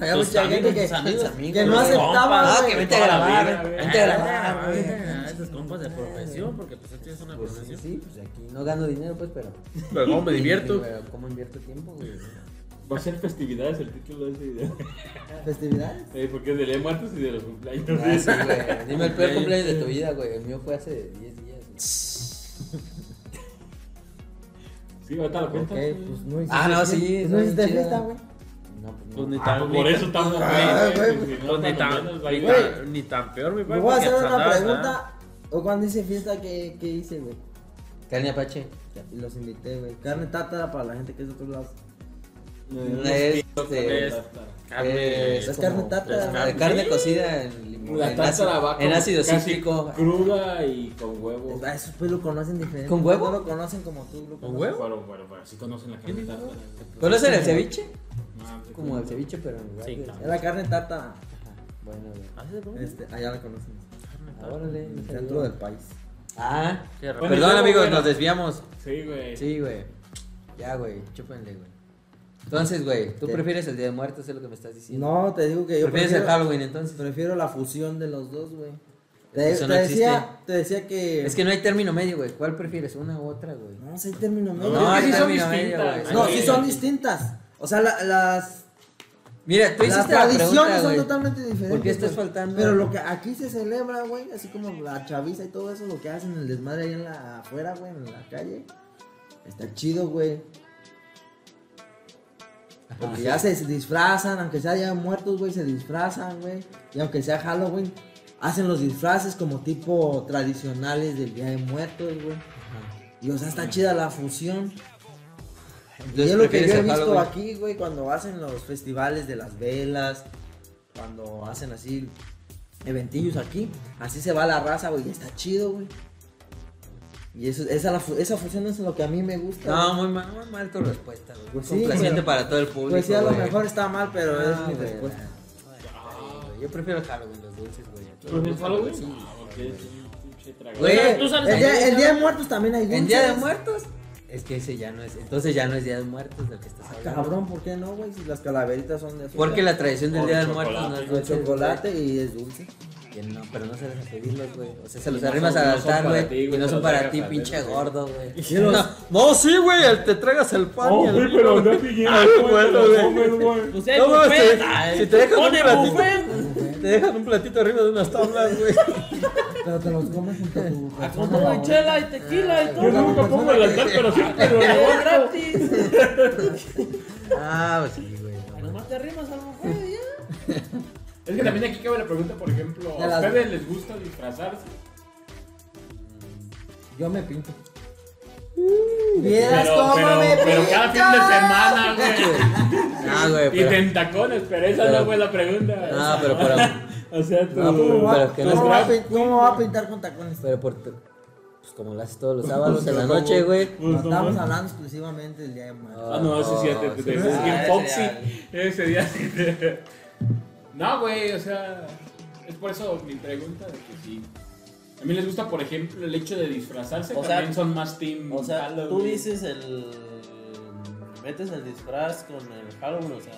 Speaker 1: Había
Speaker 3: pues,
Speaker 4: Tus
Speaker 1: mucha
Speaker 4: amigos,
Speaker 1: gente que,
Speaker 4: tus amigos.
Speaker 1: que no
Speaker 4: Tus
Speaker 1: aceptaba.
Speaker 4: compas.
Speaker 1: güey.
Speaker 3: No, Ah, que vete a grabar,
Speaker 2: la verga,
Speaker 3: vente a
Speaker 4: Ah,
Speaker 3: grabar, güey.
Speaker 4: güey, Esas compas de profesión, porque pues esto es una
Speaker 3: Pues sí,
Speaker 4: profesión.
Speaker 3: sí, pues aquí no gano dinero, pues, pero.
Speaker 4: Pero
Speaker 3: [laughs]
Speaker 4: cómo me divierto.
Speaker 3: Pero ¿Cómo invierto tiempo, güey?
Speaker 2: Va a ser festividades el título de este video. [laughs]
Speaker 1: Festividades.
Speaker 2: Eh, porque es de los muertos y de los cumpleaños.
Speaker 3: Ah, sí, güey. Dime el peor cumpleaños de tu vida, güey. El mío fue hace 10 días. güey.
Speaker 2: Sí, ahorita lo
Speaker 1: Ok,
Speaker 2: cuentas. güey.
Speaker 1: pues no hiciste.
Speaker 3: Ah, no,
Speaker 1: fiesta.
Speaker 3: sí,
Speaker 1: No
Speaker 3: está
Speaker 1: hiciste
Speaker 3: chida.
Speaker 1: fiesta, güey.
Speaker 3: No, pues
Speaker 4: Pues
Speaker 3: no.
Speaker 4: ni
Speaker 2: Ah,
Speaker 4: tan
Speaker 2: por eso estamos
Speaker 1: Ah, güey,
Speaker 2: güey,
Speaker 4: Pues ni
Speaker 2: cuando menos,
Speaker 4: tan,
Speaker 2: güey.
Speaker 4: ni tan, ni tan peor, mi ah,
Speaker 1: Me
Speaker 4: padre.
Speaker 1: voy a hacer una pregunta. O cuando hice fiesta, ¿qué, qué hice, güey?
Speaker 3: Carne Apache.
Speaker 1: Y los invité, güey. Carne tátara para la gente que es de otros lados.
Speaker 2: No,
Speaker 3: Es,
Speaker 2: no,
Speaker 3: este,
Speaker 2: no, no, no.
Speaker 3: eh,
Speaker 4: Carne.
Speaker 1: Es
Speaker 3: como-
Speaker 1: carne tártara.
Speaker 3: La
Speaker 4: Carne,
Speaker 3: carne cocida en limón.
Speaker 2: La
Speaker 3: en
Speaker 2: tártara
Speaker 3: ácido-
Speaker 2: va con
Speaker 3: En ácido
Speaker 2: casi
Speaker 3: cítrico.
Speaker 2: Cruda y con huevo.
Speaker 1: Ah, Esos pues lo conocen diferente.
Speaker 3: Oh. ¿Con huevo?
Speaker 1: No lo conocen como tú, lo
Speaker 4: ¿Con
Speaker 1: conocen.
Speaker 4: huevo?
Speaker 2: Bueno, bueno, bueno, sí conocen la carne tártara.
Speaker 3: ¿Conocen
Speaker 1: Pues,
Speaker 3: el ceviche?
Speaker 2: Ah, sí,
Speaker 3: Como el ceviche, pero en lugar
Speaker 4: Sí,
Speaker 3: de-
Speaker 4: claro.
Speaker 1: Es la carne tártara.
Speaker 3: Ajá, Bueno, güey.
Speaker 4: ¿Haces de cómo?
Speaker 1: Este, allá la conocen.
Speaker 3: Ah, órale,
Speaker 1: En
Speaker 3: no
Speaker 1: el
Speaker 3: sabía.
Speaker 1: centro del país.
Speaker 3: Ah,
Speaker 4: Qué raro.
Speaker 2: Bueno, y
Speaker 3: perdón,
Speaker 2: luego,
Speaker 3: amigos,
Speaker 2: bueno.
Speaker 3: nos desviamos.
Speaker 2: Sí, güey.
Speaker 3: Sí, güey. Ya, güey, chúpenle, güey. Entonces, güey, ¿tú
Speaker 1: ¿Qué?
Speaker 3: prefieres el Día de Muertos? Es lo que me estás diciendo.
Speaker 1: No, te digo que yo
Speaker 3: ¿Prefieres
Speaker 1: prefiero,
Speaker 3: el Halloween entonces?
Speaker 1: prefiero la fusión de los dos, güey. Te,
Speaker 3: Eso
Speaker 1: te
Speaker 3: no existe.
Speaker 1: decía, te decía que.
Speaker 3: Es que no hay término medio, güey. ¿Cuál prefieres? ¿Una u otra, güey?
Speaker 1: No, sí hay término medio.
Speaker 2: No,
Speaker 1: Es
Speaker 2: sí
Speaker 1: que
Speaker 2: son
Speaker 3: término
Speaker 2: distintas.
Speaker 1: sí
Speaker 3: güey.
Speaker 1: son- no,
Speaker 2: Ay,
Speaker 1: sí
Speaker 2: güey.
Speaker 1: son distintas. O sea, la- las,
Speaker 3: Mira, tú
Speaker 1: las
Speaker 3: hiciste la
Speaker 1: tradiciones
Speaker 3: pregunta,
Speaker 1: son
Speaker 3: güey.
Speaker 1: totalmente diferentes.
Speaker 3: ¿Por qué estás
Speaker 1: güey.
Speaker 3: faltando?
Speaker 1: Pero lo que aquí se celebra, güey, así como la chaviza y todo eso, lo que hacen el desmadre ahí en la afuera, güey, en la calle. Está chido, güey. Porque ya se disfrazan, aunque sea ya muertos, güey, se disfrazan, güey. Y aunque sea Halloween, hacen los disfraces como tipo tradicionales del Día de Muertos, güey.
Speaker 3: Ajá.
Speaker 1: Y o sea, está chida la fusión. Y
Speaker 3: Entonces,
Speaker 1: es lo que
Speaker 3: ¿prefieres
Speaker 1: yo he
Speaker 3: el
Speaker 1: visto
Speaker 3: Halloween?
Speaker 1: aquí, güey, cuando hacen los festivales de las velas, cuando hacen así eventillos aquí. Así se va la raza, güey, y está chido, güey. Y eso, esa, la fu- esa fusión es lo que a mí me gusta.
Speaker 3: No,
Speaker 1: güey.
Speaker 3: muy mal, muy mal tu respuesta, güey. Muy
Speaker 1: Pues sí,
Speaker 3: complaciente
Speaker 1: pero-
Speaker 3: para todo el público.
Speaker 1: pues sí, a lo
Speaker 3: güey.
Speaker 1: mejor está mal, pero
Speaker 3: Ah,
Speaker 1: es mi
Speaker 3: güey,
Speaker 1: respuesta.
Speaker 3: ay, güey, Yo prefiero Halloween, los dulces, güey.
Speaker 2: ¿Prefieres Halloween?
Speaker 3: Sí.
Speaker 2: Ah, porque es un pinche tragado.
Speaker 3: Güey,
Speaker 1: Güey,
Speaker 4: tú
Speaker 1: el,
Speaker 4: sales ahí,
Speaker 1: día, el
Speaker 4: ¿no?
Speaker 1: Día de Muertos también hay
Speaker 3: ¿En Día de
Speaker 1: dulces.
Speaker 3: Muertos? Es que ese ya no es. Entonces ya no es Día de Muertos del que estás
Speaker 1: Ah,
Speaker 3: hablando.
Speaker 1: Cabrón, ¿por qué no, güey? Si las calaveritas son de azúcar.
Speaker 3: Porque la tradición del
Speaker 2: O
Speaker 3: Día
Speaker 2: de
Speaker 3: de Muertos no
Speaker 2: chocolate.
Speaker 3: es
Speaker 1: Con
Speaker 3: dulce.
Speaker 1: chocolate y es dulce.
Speaker 3: Que no, pero no se deja pedirlos, güey. O sea, se los
Speaker 2: no
Speaker 3: arrimas
Speaker 2: son-
Speaker 3: al
Speaker 2: no son
Speaker 3: altar,
Speaker 2: para
Speaker 3: güey.
Speaker 2: ti,
Speaker 3: Y
Speaker 2: güey,
Speaker 3: no
Speaker 2: te
Speaker 3: son
Speaker 2: los
Speaker 3: para
Speaker 2: dejas
Speaker 3: ti,
Speaker 2: al
Speaker 3: pinche
Speaker 2: dedo,
Speaker 3: gordo, güey.
Speaker 1: los-
Speaker 3: No, no, sí, güey. el- Te tragas el pan y
Speaker 2: Oh,
Speaker 3: el
Speaker 2: güey,
Speaker 3: vino,
Speaker 2: pero
Speaker 3: güey.
Speaker 2: no siquiera,
Speaker 3: Ay,
Speaker 2: güey,
Speaker 3: Ah, bueno,
Speaker 2: te lo
Speaker 3: güey.
Speaker 2: comes, güey.
Speaker 4: Pues hay
Speaker 3: No, güey,
Speaker 4: buffet,
Speaker 3: si-
Speaker 4: ay,
Speaker 3: si te dejan un
Speaker 4: pone
Speaker 3: platito.
Speaker 4: buffet.
Speaker 3: Te dejan un platito arriba de unas tablas, güey.
Speaker 1: Pero te los comes junto a tu
Speaker 4: Con todo y chela y tequila y todo.
Speaker 2: Yo nunca pongo el altar, pero siempre lo levanto.
Speaker 4: gratis.
Speaker 3: Ah, pues sí, güey. no mames.
Speaker 4: Nomás te rimas a lo mejor y ya.
Speaker 2: Es que también aquí cabe la pregunta, por ejemplo,
Speaker 6: De
Speaker 2: ¿a
Speaker 6: las-
Speaker 2: ustedes les gusta disfrazarse?
Speaker 1: Yo me pinto. Vieras
Speaker 2: Pero,
Speaker 1: cómo
Speaker 2: pero,
Speaker 1: me
Speaker 2: pero
Speaker 1: pinto.
Speaker 2: cada fin de semana, güey.
Speaker 3: Ah, güey,
Speaker 2: Y
Speaker 3: pero.
Speaker 2: tentacones, pero esa
Speaker 3: pero-
Speaker 2: no fue la pregunta.
Speaker 3: No, pero para.
Speaker 2: [laughs] O sea, tú...
Speaker 3: No, pero-
Speaker 1: ¿Cómo
Speaker 3: pero
Speaker 1: va-
Speaker 3: que no
Speaker 1: ¿Cómo
Speaker 2: es
Speaker 1: va a
Speaker 2: grave.
Speaker 1: pin- cómo va a pintar con tacones?
Speaker 3: Pero por. tu- Pues como lo haces todos los sábados en la noche, güey.
Speaker 2: Pues, no
Speaker 1: Estamos
Speaker 2: mames.
Speaker 1: hablando exclusivamente del día de muerte.
Speaker 2: Ah, no, ese sí ya te, te, te-
Speaker 3: sí,
Speaker 2: ves
Speaker 3: sí.
Speaker 2: bien
Speaker 4: Ah,
Speaker 2: foxy.
Speaker 4: ese
Speaker 2: Ese día sí te- [laughs] No, güey, o sea, es por eso mi pregunta de que sí. A mí les gusta, por ejemplo, el hecho de disfrazarse,
Speaker 4: O sea,
Speaker 2: también son más team
Speaker 4: O sea,
Speaker 2: Halloween.
Speaker 4: tú dices el. Metes el disfraz con el Halloween, o sea.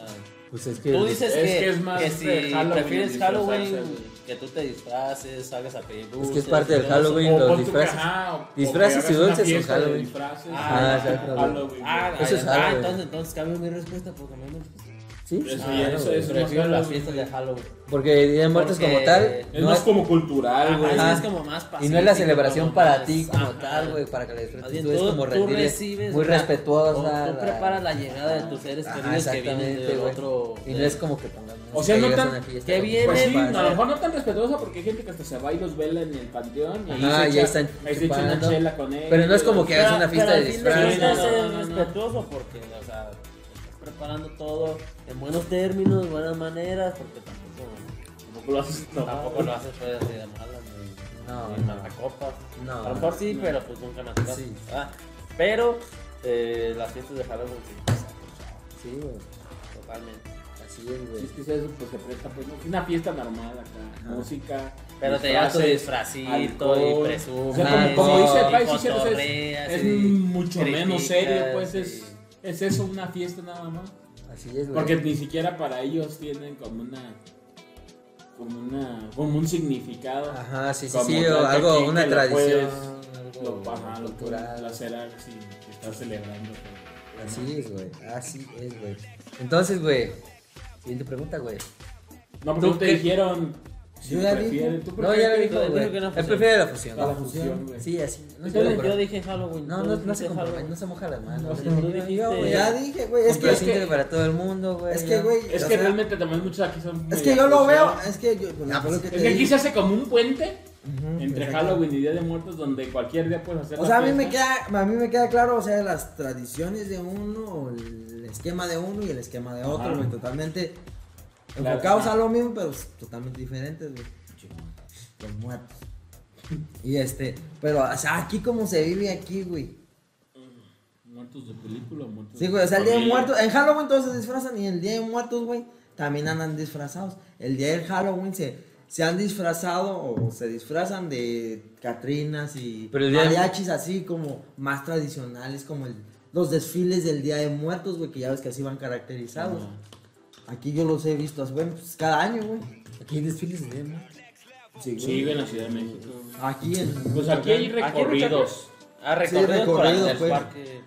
Speaker 3: Pues es que.
Speaker 4: Tú dices
Speaker 2: es
Speaker 4: que,
Speaker 2: que es más
Speaker 4: que si
Speaker 2: de Halloween
Speaker 4: prefieres
Speaker 2: disfrazarse,
Speaker 4: Halloween,
Speaker 2: güey.
Speaker 4: que tú te disfraces, salgas a pedir dulces.
Speaker 3: Es que es parte del
Speaker 4: todo eso.
Speaker 3: Halloween,
Speaker 2: O
Speaker 3: los
Speaker 2: pon tu-
Speaker 3: disfraces.
Speaker 2: ajá, o- o
Speaker 3: Disfraces
Speaker 2: que
Speaker 3: y
Speaker 2: hagas
Speaker 3: dulces
Speaker 2: una
Speaker 3: en
Speaker 2: fiesta de
Speaker 3: Halloween.
Speaker 2: disfraces.
Speaker 4: Ah,
Speaker 3: exacto.
Speaker 2: Halloween.
Speaker 4: Ah,
Speaker 3: Eso
Speaker 4: eso
Speaker 3: es
Speaker 4: es
Speaker 3: Halloween.
Speaker 4: entonces, entonces cambio mi respuesta porque no me gusta.
Speaker 3: Sí,
Speaker 2: Eso
Speaker 3: ah,
Speaker 2: ya,
Speaker 3: no,
Speaker 2: eso
Speaker 3: güey.
Speaker 2: es más
Speaker 4: Prefiero las
Speaker 2: Halloween,
Speaker 4: fiestas de Halloween.
Speaker 3: Porque Día de Muertos
Speaker 4: Porque-
Speaker 3: como tal.
Speaker 2: es
Speaker 3: no
Speaker 2: más
Speaker 3: es-
Speaker 2: como cultural, güey.
Speaker 4: Ajá, es como más
Speaker 3: Y no
Speaker 4: pacífico,
Speaker 3: es la celebración
Speaker 4: como
Speaker 6: para
Speaker 4: más-
Speaker 6: ti como
Speaker 4: ajá.
Speaker 6: tal, güey, para que la disfrutes.
Speaker 4: Más bien,
Speaker 6: tú es
Speaker 4: tú-
Speaker 6: como
Speaker 4: tú
Speaker 6: rendirle
Speaker 4: recibes,
Speaker 6: muy
Speaker 4: o sea,
Speaker 6: respetuosa.
Speaker 4: Tú, tú
Speaker 6: la-
Speaker 4: preparas la llegada de tus seres
Speaker 3: Ah,
Speaker 6: Ajá,
Speaker 4: queridos que vienen
Speaker 6: exactamente,
Speaker 4: del
Speaker 6: güey.
Speaker 4: otro.
Speaker 6: Y no es como que pongan.
Speaker 2: O sea,
Speaker 6: que
Speaker 2: no
Speaker 6: llegas a
Speaker 2: tan-
Speaker 6: una fiesta
Speaker 4: que
Speaker 6: con tus
Speaker 4: viene-
Speaker 2: Pues sí,
Speaker 6: compas.
Speaker 2: a lo mejor no tan respetuosa porque hay gente que hasta se va y los vela en el panteón. Y ahí
Speaker 3: Ajá,
Speaker 1: Ah,
Speaker 2: se
Speaker 3: y
Speaker 2: echa-
Speaker 3: ahí están
Speaker 2: ahí se echa una
Speaker 3: chupando.
Speaker 2: chela con él.
Speaker 3: Pero no es como que hagas una
Speaker 4: Pero
Speaker 3: fiesta de
Speaker 4: al fin de
Speaker 3: disfraz.
Speaker 4: cuentas
Speaker 2: No,
Speaker 4: es
Speaker 2: no, no.
Speaker 4: respetuoso porque, o sea, estás preparando todo en buenos términos, buenas maneras, porque tampoco,
Speaker 2: Tampoco lo haces, no.
Speaker 4: tampoco lo haces pues, así de mala, ni,
Speaker 3: No,
Speaker 4: ni
Speaker 3: no.
Speaker 4: malacopas.
Speaker 3: No,
Speaker 4: A lo mejor sí,
Speaker 2: no.
Speaker 4: pero pues nunca me atrás.
Speaker 3: Sí.
Speaker 4: Ah, pero eh, las fiestas de Halloween sí,
Speaker 3: Sí, güey.
Speaker 4: totalmente.
Speaker 3: Así es,
Speaker 2: Si
Speaker 3: güey.
Speaker 2: es que eso pues, se presta, pues no. Es una fiesta normal acá. Música.
Speaker 4: Pero te llevas tu disfrazito y
Speaker 2: alcohol. O
Speaker 4: presumes.
Speaker 2: sea, como,
Speaker 6: sí,
Speaker 2: como
Speaker 6: sí,
Speaker 2: dice el
Speaker 4: y
Speaker 2: país, sí, cierto, es,
Speaker 4: cotorreas
Speaker 2: es
Speaker 4: y
Speaker 2: mucho menos
Speaker 4: criticas
Speaker 2: serio, pues
Speaker 4: y-
Speaker 2: es, es eso, una fiesta nada más.
Speaker 3: Así es, güey.
Speaker 2: Porque ni siquiera para ellos tienen como una. como una. como un significado.
Speaker 3: Ajá, sí, sí,
Speaker 2: Como
Speaker 3: sí. o
Speaker 2: tal que aquí
Speaker 3: algo, una
Speaker 2: que lo
Speaker 3: tradición.
Speaker 2: puedes-
Speaker 3: algo
Speaker 2: Lo, ajá, lo puedes
Speaker 3: cultural.
Speaker 2: hacer así, que estás celebrando. pues.
Speaker 3: Así es, güey. Así es, güey. Entonces, güey. Siguiente pregunta, güey.
Speaker 2: No, pero
Speaker 3: ¿Tú
Speaker 2: no te
Speaker 3: qué?
Speaker 2: dijeron. Si
Speaker 1: Yo ya
Speaker 2: prefieres. ¿Tú
Speaker 3: No, ya lo
Speaker 2: prefieres
Speaker 3: dijo,
Speaker 4: dijo
Speaker 3: güey.
Speaker 4: que no
Speaker 3: Él
Speaker 4: fusión.
Speaker 3: prefiere la fusión.
Speaker 2: la
Speaker 3: güey.
Speaker 2: fusión, güey?
Speaker 3: Sí, así. No, se
Speaker 4: Yo,
Speaker 3: preocupe.
Speaker 4: yo dije Halloween.
Speaker 3: no, no,
Speaker 4: tú
Speaker 3: no
Speaker 4: dijiste
Speaker 3: se compromete,
Speaker 4: Halloween.
Speaker 3: no se moja las manos.
Speaker 4: No, tú dijiste-
Speaker 1: Ya
Speaker 3: Es
Speaker 1: dije, güey, es que, es que,
Speaker 3: para todo el mundo, güey.
Speaker 1: es que,
Speaker 3: ya.
Speaker 1: güey,
Speaker 2: Es
Speaker 1: o
Speaker 2: que
Speaker 1: sea,
Speaker 2: realmente también muchos aquí son.
Speaker 1: es que
Speaker 2: medio
Speaker 1: yo lo
Speaker 3: pues
Speaker 2: fusión.
Speaker 1: veo, es que yo, bueno,
Speaker 3: Ah,
Speaker 1: fue lo que te
Speaker 2: Es que aquí
Speaker 1: dije.
Speaker 2: se hace como un puente
Speaker 1: Ujú,
Speaker 2: entre
Speaker 1: exacto.
Speaker 2: Halloween y Día de Muertos, donde cualquier día puedes hacer.
Speaker 1: O
Speaker 2: la
Speaker 1: sea, a
Speaker 3: [laughs]
Speaker 1: mí me
Speaker 2: fiesta.
Speaker 1: queda, a mí me queda claro, o sea, las tradiciones de uno, o el esquema de uno y el esquema de
Speaker 2: Ajá.
Speaker 1: otro, güey, totalmente
Speaker 2: Ah. Claro,
Speaker 1: enfocados
Speaker 2: ajá.
Speaker 1: a lo mismo, pero s- totalmente diferentes, güey. Los muertos. [laughs] Y este, pero, o sea, aquí como se vive aquí, güey.
Speaker 2: Muertos de película, muertos
Speaker 1: Sí, güey, o sea, el día de
Speaker 2: familia. Ah,
Speaker 1: muertos, en Halloween todos se disfrazan y el día de muertos, güey, también andan disfrazados. El día del Halloween se, se han disfrazado o se disfrazan de Catrinas y
Speaker 3: Pero el día de-
Speaker 1: mariachis así como más tradicionales, como el- los desfiles del día de muertos, güey, que ya ves que así van caracterizados. Aquí yo los he visto, así, bueno, pues cada año, güey.
Speaker 3: Aquí hay desfiles de demo.
Speaker 2: Sí, güey, en la Ciudad de México.
Speaker 1: Aquí en...
Speaker 2: Pues aquí hay
Speaker 4: Aquí hay
Speaker 2: recorridos.
Speaker 4: Ah, recorridos
Speaker 1: recorridos,
Speaker 4: por el
Speaker 1: pues.
Speaker 4: parque del-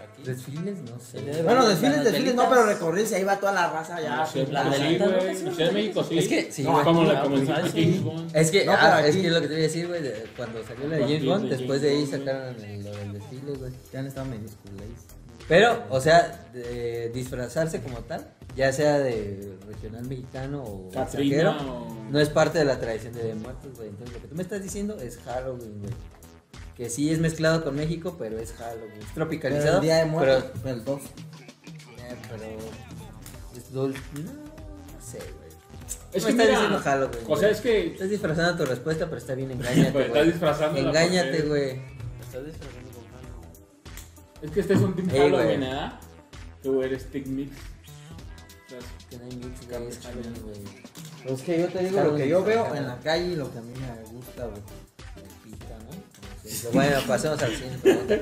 Speaker 4: aquí.
Speaker 3: Desfiles, no sé.
Speaker 1: Bueno,
Speaker 4: Las
Speaker 1: desfiles, desfiles, no,
Speaker 4: velitas.
Speaker 1: pero recorrerse, ahí va toda la raza ya.
Speaker 2: Sí,
Speaker 1: Ah, la
Speaker 4: de
Speaker 2: pues sí,
Speaker 1: velita,
Speaker 4: Atlanta,
Speaker 2: güey.
Speaker 4: ¿no?
Speaker 2: En Ciudad de México sí.
Speaker 3: Es que sí,
Speaker 2: No,
Speaker 3: güey.
Speaker 2: como la
Speaker 4: Ah,
Speaker 2: como
Speaker 4: pues,
Speaker 2: dijiste
Speaker 4: ah, sí.
Speaker 2: James Bond.
Speaker 3: Es que,
Speaker 1: No,
Speaker 3: ah,
Speaker 1: pero
Speaker 3: es
Speaker 1: aquí-
Speaker 3: que lo que te iba a decir, güey, de- cuando salió la de
Speaker 2: Los
Speaker 3: James Bond,
Speaker 2: desfiles de
Speaker 3: después de ahí
Speaker 2: James Bond,
Speaker 3: sacaron el, lo del desfile, güey.
Speaker 1: Ya han estado medio culés.
Speaker 3: Pero, o sea, de- disfrazarse como tal, ya sea de regional mexicano o
Speaker 2: Catrina
Speaker 3: extranjero,
Speaker 2: o-
Speaker 3: no es parte de la tradición de muertos, güey. Entonces, lo que tú me estás diciendo es Halloween, güey. Que sí es mezclado con México, pero es Halloween. Es
Speaker 1: Pero
Speaker 3: tropicalizado.
Speaker 1: el día de
Speaker 3: pero-
Speaker 1: muertos, pero el 2.
Speaker 3: Eh, pero. Es dul- No, no sé, güey.
Speaker 2: Es
Speaker 3: Me
Speaker 2: que
Speaker 3: estás
Speaker 2: mira,
Speaker 3: diciendo Halloween.
Speaker 2: O sea,
Speaker 3: güey.
Speaker 2: es que
Speaker 3: Estás disfrazando tu respuesta, pero
Speaker 1: [laughs]
Speaker 3: está bien, engáñate.
Speaker 2: Pues, estás
Speaker 3: güey.
Speaker 2: disfrazando la
Speaker 3: Engáñate,
Speaker 2: papel.
Speaker 3: güey.
Speaker 4: Estás disfrazando con Halloween.
Speaker 2: es que este es un team
Speaker 3: Ey,
Speaker 2: Halloween,
Speaker 3: güey.
Speaker 2: ¿verdad? Tú eres Team Mix. Estás-
Speaker 3: Que no hay mix, güey, es
Speaker 2: Halloween.
Speaker 3: chido, güey.
Speaker 1: Es que yo te digo lo que yo veo en la calle y lo que a mí me gusta, güey.
Speaker 3: Pita, ¿no? Como siempre. Bueno, pasemos al siguiente pregunta.